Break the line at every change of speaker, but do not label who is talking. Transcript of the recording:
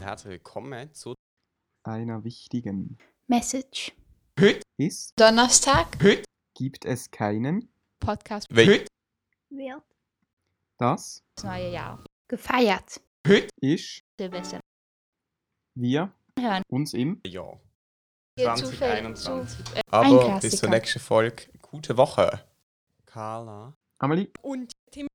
herzlich willkommen zu
einer wichtigen.
Message.
Hüt,
Ist,
Donnerstag,
Hüt,
gibt es keinen,
Podcast
Hüt, Hüt,
Wird
das
fürs neue Jahr.
gefeiert.
Hüt,
ich,
Silvester.
wir,
Hören.
uns im
ja.
Hier
2021.
Zufäll- zu-
Aber bis
Klassiker.
zur nächsten Folge. Gute Woche. Carla.
Amelie.
Und
Tim.